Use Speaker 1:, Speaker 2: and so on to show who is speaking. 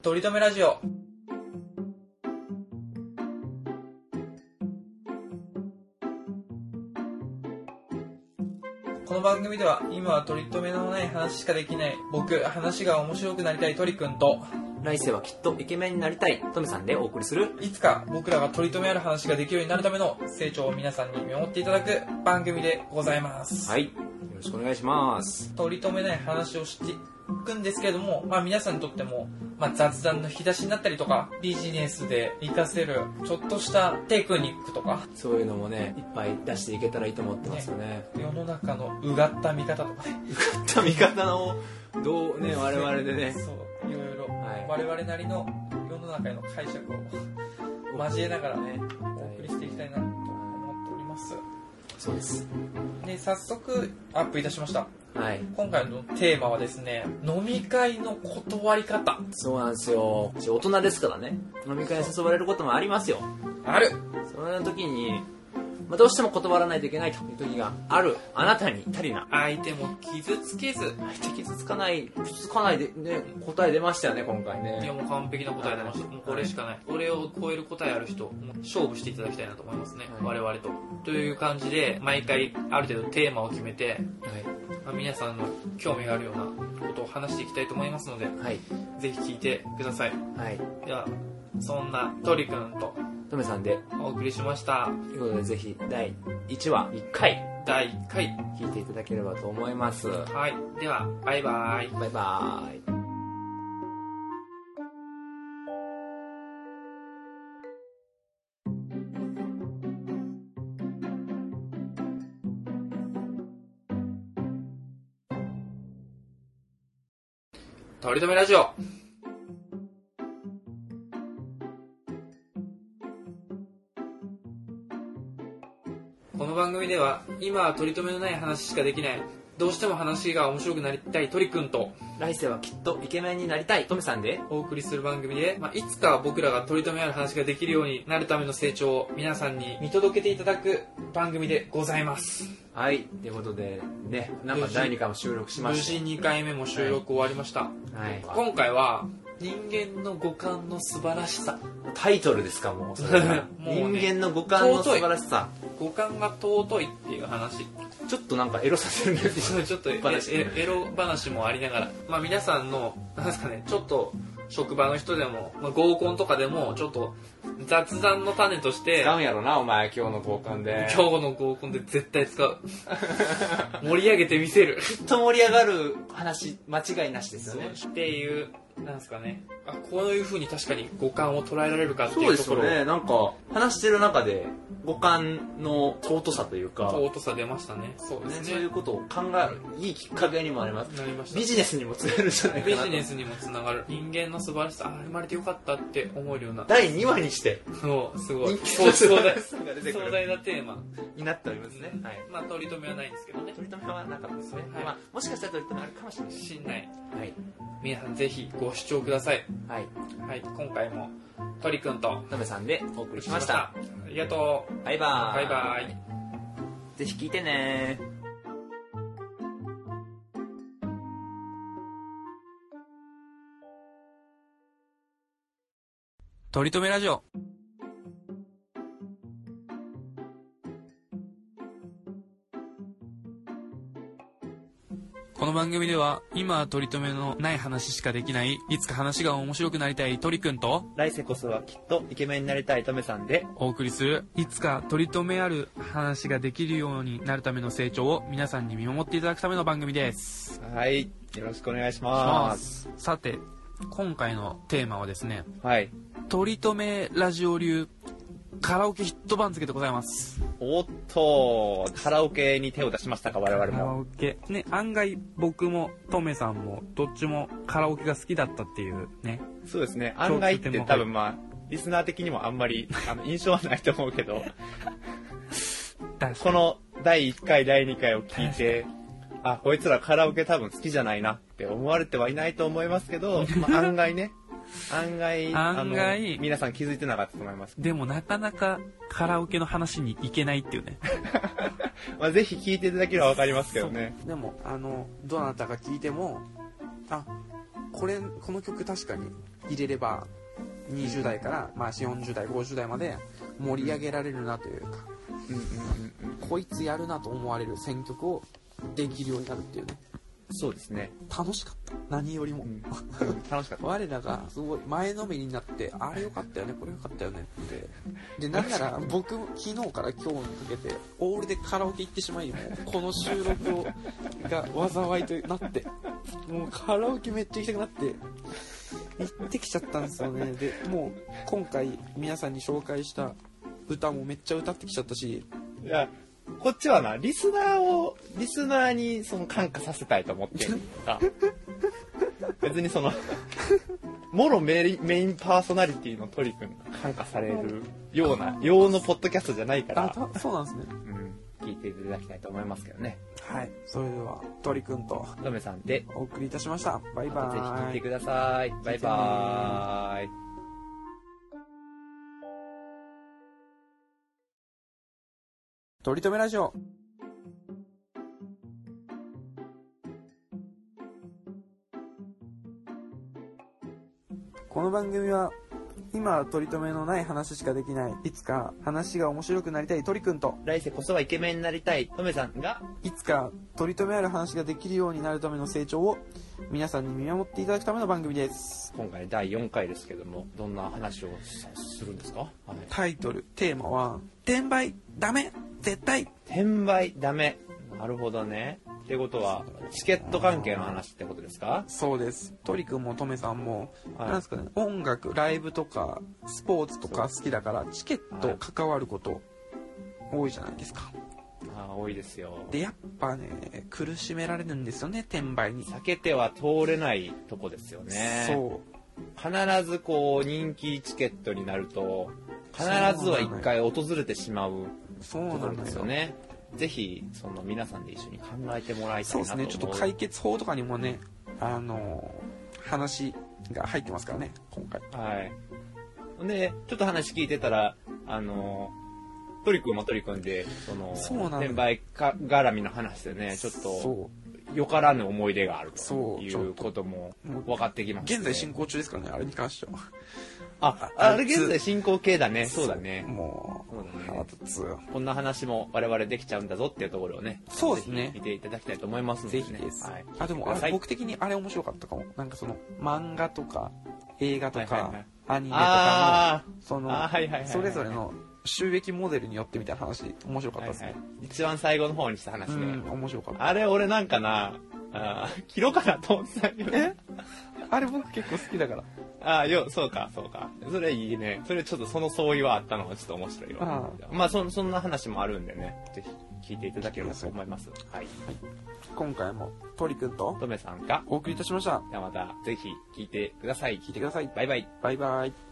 Speaker 1: とりとめラジオ。この番組では今は取り留めのない話しかできない僕話が面白くなりたいトリくんと
Speaker 2: 来世はきっとイケメンになりたいトメさんでお送りする
Speaker 1: いつか僕らが取り留めある話ができるようになるための成長を皆さんに見守っていただく番組でございます、
Speaker 2: はいよろしくお願いします
Speaker 1: 取り留めない話をしていくんですけれども、まあ、皆さんにとっても、まあ、雑談の引き出しになったりとかビジネスで活かせるちょっとしたテクニックとか
Speaker 2: そういうのもねいっぱい出していけたらいいと思ってますよね
Speaker 1: 世の中のうがった見方とかね
Speaker 2: った見方のどうね我々でね
Speaker 1: そういろいろ、
Speaker 2: はい
Speaker 1: 我々なりの世の中への解釈を交えながらねお送りしていきたいなと思っております
Speaker 2: そうです
Speaker 1: で早速アップいたしました
Speaker 2: はい
Speaker 1: 今回のテーマはですね飲み会の断り方
Speaker 2: そうなんですようち大人ですからね飲み会に誘われることもありますよ
Speaker 1: ある
Speaker 2: その時に、まあ、どうしても断らないといけないという時があるあなたに足りな
Speaker 1: 相手も傷つけず
Speaker 2: 相手傷つかない傷つかないでね答え出ましたよね今回
Speaker 1: いや
Speaker 2: ね
Speaker 1: もう完璧な答え出ました。もうこれしかない。これを超える答えある人、もう勝負していただきたいなと思いますね。
Speaker 2: は
Speaker 1: 我々と。という感じで、毎回ある程度テーマを決めて、まあ皆さんの興味があるようなことを話していきたいと思いますので、
Speaker 2: はい
Speaker 1: ぜひ聞いてください。
Speaker 2: はい
Speaker 1: では、そんなトリくんと
Speaker 2: トメさんで
Speaker 1: お送りしました。
Speaker 2: ということでぜひ第1話1回
Speaker 1: 第1回。
Speaker 2: 聞いていただければと思いますバ
Speaker 1: はい。では、バイバイ。
Speaker 2: イバーイ
Speaker 1: とりとめラジオ。この番組では今は取り留めのない話しかできないどうしても話が面白くなりたいトリくんと
Speaker 2: 来世はきっとイケメンになりたいトメさんで
Speaker 1: お送りする番組で、まあ、いつか僕らが取り留めある話ができるようになるための成長を皆さんに見届けていただく番組でございます
Speaker 2: はいということでねなんか第2回も収録しま
Speaker 1: 無
Speaker 2: し
Speaker 1: 事2回目も収録終わりました、
Speaker 2: た、はい、
Speaker 1: 今回は人間の五感の素晴らしさ
Speaker 2: タイトルですか もうそれが
Speaker 1: もうね
Speaker 2: 人間の五感の素晴らしさ
Speaker 1: 五感が尊いっていう話
Speaker 2: ちょっとなんかエロさせるね
Speaker 1: ちょっとえ
Speaker 2: 話
Speaker 1: えエロ話もありながら、まあ、皆さんのなんですかねちょっと職場の人でも、まあ、合コンとかでもちょっと雑談の種として
Speaker 2: 使うんやろなお前今日の交換 で
Speaker 1: 今日の合コンで絶対使う盛り上げてみせる
Speaker 2: きっと盛り上がる話間違いなしですよね
Speaker 1: っていうなんですかねあこういうふうに確かに五感を捉えられるかって
Speaker 2: そう
Speaker 1: いう
Speaker 2: で
Speaker 1: と
Speaker 2: す
Speaker 1: こ
Speaker 2: よ
Speaker 1: ろ
Speaker 2: ねなんか話してる中で五感の尊さというか
Speaker 1: 尊さ出ましたねそうで
Speaker 2: ね、
Speaker 1: す
Speaker 2: そうい
Speaker 1: ね
Speaker 2: うことを考えるいいきっかけにもなります
Speaker 1: なりました
Speaker 2: ビジネスにもつなるじゃないか
Speaker 1: ビ
Speaker 2: なと
Speaker 1: ジネスにもつながる人間の素晴らしさあ生まれてよかったって思えるような
Speaker 2: 第2話にして
Speaker 1: そうすごい
Speaker 2: 人気
Speaker 1: そう壮 大
Speaker 2: さが出てく
Speaker 1: 壮
Speaker 2: る
Speaker 1: 大なテーマ
Speaker 2: になっておりますね、はい、
Speaker 1: まあ取り留めはないんですけどね
Speaker 2: 取り留めはなかったですね、
Speaker 1: はい
Speaker 2: まあ、もしかしたら取り留めあるかもしれない
Speaker 1: 信頼
Speaker 2: はい、
Speaker 1: 皆さんぜひご視聴ください
Speaker 2: はい、
Speaker 1: はい今回も鳥くんと
Speaker 2: トメさんでお送りしました
Speaker 1: ありがとう
Speaker 2: バイバ
Speaker 1: バ
Speaker 2: ー
Speaker 1: イ
Speaker 2: イ
Speaker 1: バイ
Speaker 2: ぜひ聞いてね
Speaker 1: とりとめラジオこの番組では今は取り留めのない話しかできないいつか話が面白くなりたい鳥くんと
Speaker 2: 来世こそはきっとイケメンになりたいトメさんで
Speaker 1: お送りするいつか取り留めある話ができるようになるための成長を皆さんに見守っていただくための番組です
Speaker 2: はいよろしくお願いし
Speaker 1: さて今回のテーマはですね
Speaker 2: はい
Speaker 1: 取り留めラジオ流カラオケヒット番付でございます
Speaker 2: おっとカラオケに手を出しましたか我々
Speaker 1: カラオケ。ね、案外僕もトメさんもどっちもカラオケが好きだったっていうね。
Speaker 3: そうですね。案外っ
Speaker 1: とて
Speaker 3: て
Speaker 1: も
Speaker 3: 多分まあ、リスナー的にもあんまり あの印象はないと思うけど、
Speaker 1: 確か
Speaker 3: この第1回、第2回を聞いて、あ、こいつらカラオケ多分好きじゃないなって思われてはいないと思いますけ ど、まあ、案外ね、案外、
Speaker 1: 案外
Speaker 3: あの皆さん気づいてなかったと思います。
Speaker 1: でもなかなかカラオケの話に行けないっていうね。
Speaker 3: まあ、ぜひ聞いていただければわかりますけどね。
Speaker 4: でもあのどなたが聴いてもあこれこの曲確かに
Speaker 1: 入れれば20代から、まあ、40代50代まで盛り上げられるなというか、
Speaker 2: うんうんうんうん。
Speaker 1: こいつやるなと思われる選曲をできるようになるっていうね
Speaker 2: そうですね。
Speaker 1: 楽しかった何よりも、
Speaker 2: うん楽しかった。
Speaker 1: 我らがすごい前のめりになってあれよかったよねこれよかったよねってでなんな ら僕昨日から今日にかけてオールでカラオケ行ってしまいもうこの収録をが災いとなってもうカラオケめっちゃ行きたくなって行ってきちゃったんですよねでもう今回皆さんに紹介した歌もめっちゃ歌ってきちゃったし
Speaker 2: いや、こっちはな、リスナーを、リスナーにその感化させたいと思ってる から。別にその、もろメインメインパーソナリティのトリ君が感化されるような、用のポッドキャストじゃないか
Speaker 1: あ
Speaker 2: ら、
Speaker 1: たそうなんですね
Speaker 2: うん、聞いていただきたいと思いますけどね。
Speaker 1: はいそれでは鳥くんと
Speaker 2: トメさんで、
Speaker 1: お送りいたしましたバイ
Speaker 2: また
Speaker 1: バ
Speaker 2: ぜひ聞い
Speaker 1: ー
Speaker 2: て
Speaker 1: イ
Speaker 2: ください。バイバーイ。
Speaker 1: 取り留めラジオこの番組は今は取り留めのない話しかできないいつか話が面白くなりたい鳥くんと
Speaker 2: 来世こそはイケメンになりたいトメさんが、
Speaker 1: いつか取り留めある話ができるようになるための成長を皆さんに見守っていただくための番組です
Speaker 2: 今回第4回ですけども、どんな話をするんですか、はい、
Speaker 1: タイトルテーマは「転売ダメ絶対
Speaker 2: 転売ダメ。なるほどね。ってことは、チケット関係の話ってことですか」
Speaker 1: そうです鳥くんもとめさんも、
Speaker 2: はい
Speaker 1: なんですかね音楽ライブとかスポーツとか好きだからチケット関わること多いじゃないですか
Speaker 2: あー多いですよ。
Speaker 1: でやっぱね苦しめられるんですよね転売に、
Speaker 2: 避けては通れないとこですよね。
Speaker 1: そ
Speaker 2: 必ずこう、人気チケットになると、必ずは一回訪れてしまう
Speaker 1: うそう
Speaker 2: とこ
Speaker 1: な
Speaker 2: ろ
Speaker 1: ん
Speaker 2: で
Speaker 1: ですす
Speaker 2: よ
Speaker 1: よね
Speaker 2: ね。ぜひ、その皆さんで一緒に考えてもらいた
Speaker 1: そ
Speaker 2: いうな
Speaker 1: で
Speaker 2: と
Speaker 1: すねち
Speaker 2: 思う。
Speaker 1: ょっと解決法とかにもねあの話が入ってますからね今回
Speaker 2: はい。で、ちょっと話聞いてたら、あの、トリ君もトリ君で、その、
Speaker 1: そうなんだ
Speaker 2: 転売か絡みの話でね、ちょっと、
Speaker 1: そ
Speaker 2: よからぬ思い出がある
Speaker 1: そ
Speaker 2: と
Speaker 1: う
Speaker 2: い
Speaker 1: ちょ
Speaker 2: う
Speaker 1: っと
Speaker 2: ことも
Speaker 1: もう
Speaker 2: 分かってきま
Speaker 1: う
Speaker 2: した、
Speaker 1: 現在進行中ですからねあれに関しては
Speaker 2: あ、あれ現在進行形だね。そうだね。
Speaker 1: も
Speaker 2: そうだ
Speaker 1: う
Speaker 2: ね
Speaker 1: 腹立つ
Speaker 2: こんな話も我々できちゃうんだぞっていうところをね、
Speaker 1: そうですね
Speaker 2: ぜひ見ていただきたいと思いますので、
Speaker 1: ぜ
Speaker 2: ね。
Speaker 1: ひです。
Speaker 2: はい。
Speaker 1: あ、でもあ
Speaker 2: くださ
Speaker 1: れ、
Speaker 2: い
Speaker 1: 僕的にあれ面白かったかも。なんかその、漫画とか、映画と
Speaker 2: はいはいは
Speaker 1: か
Speaker 2: い、
Speaker 1: アニメとか
Speaker 2: あ
Speaker 1: の、そ
Speaker 2: あーはいはいはいは
Speaker 1: の、
Speaker 2: い
Speaker 1: それぞれの収益モデルによってみたいな話、面白
Speaker 2: あ、
Speaker 1: かっ
Speaker 2: は
Speaker 1: た
Speaker 2: い
Speaker 1: です
Speaker 2: はい
Speaker 1: ね。。
Speaker 2: 一番最後の方にした話
Speaker 1: う
Speaker 2: ね。
Speaker 1: ん、面白かった。
Speaker 2: あれ俺なんかな、あー切ろうかなと思ってたけど。
Speaker 1: えあれ僕結構好きだから。
Speaker 2: ああ、よ、そうか、そうか。それいいね。それちょっとその相違はあったのがちょっと面白いわ。まあ、そ、そんな話もあるんでね、ぜひ聞いていただければと思います。はい。
Speaker 1: 今回も、トリくんと
Speaker 2: とめさんが、
Speaker 1: お送りいたしました。
Speaker 2: じゃあまたぜひ聞いてください。
Speaker 1: 聞いてください。
Speaker 2: バイバイ。
Speaker 1: バイバイ。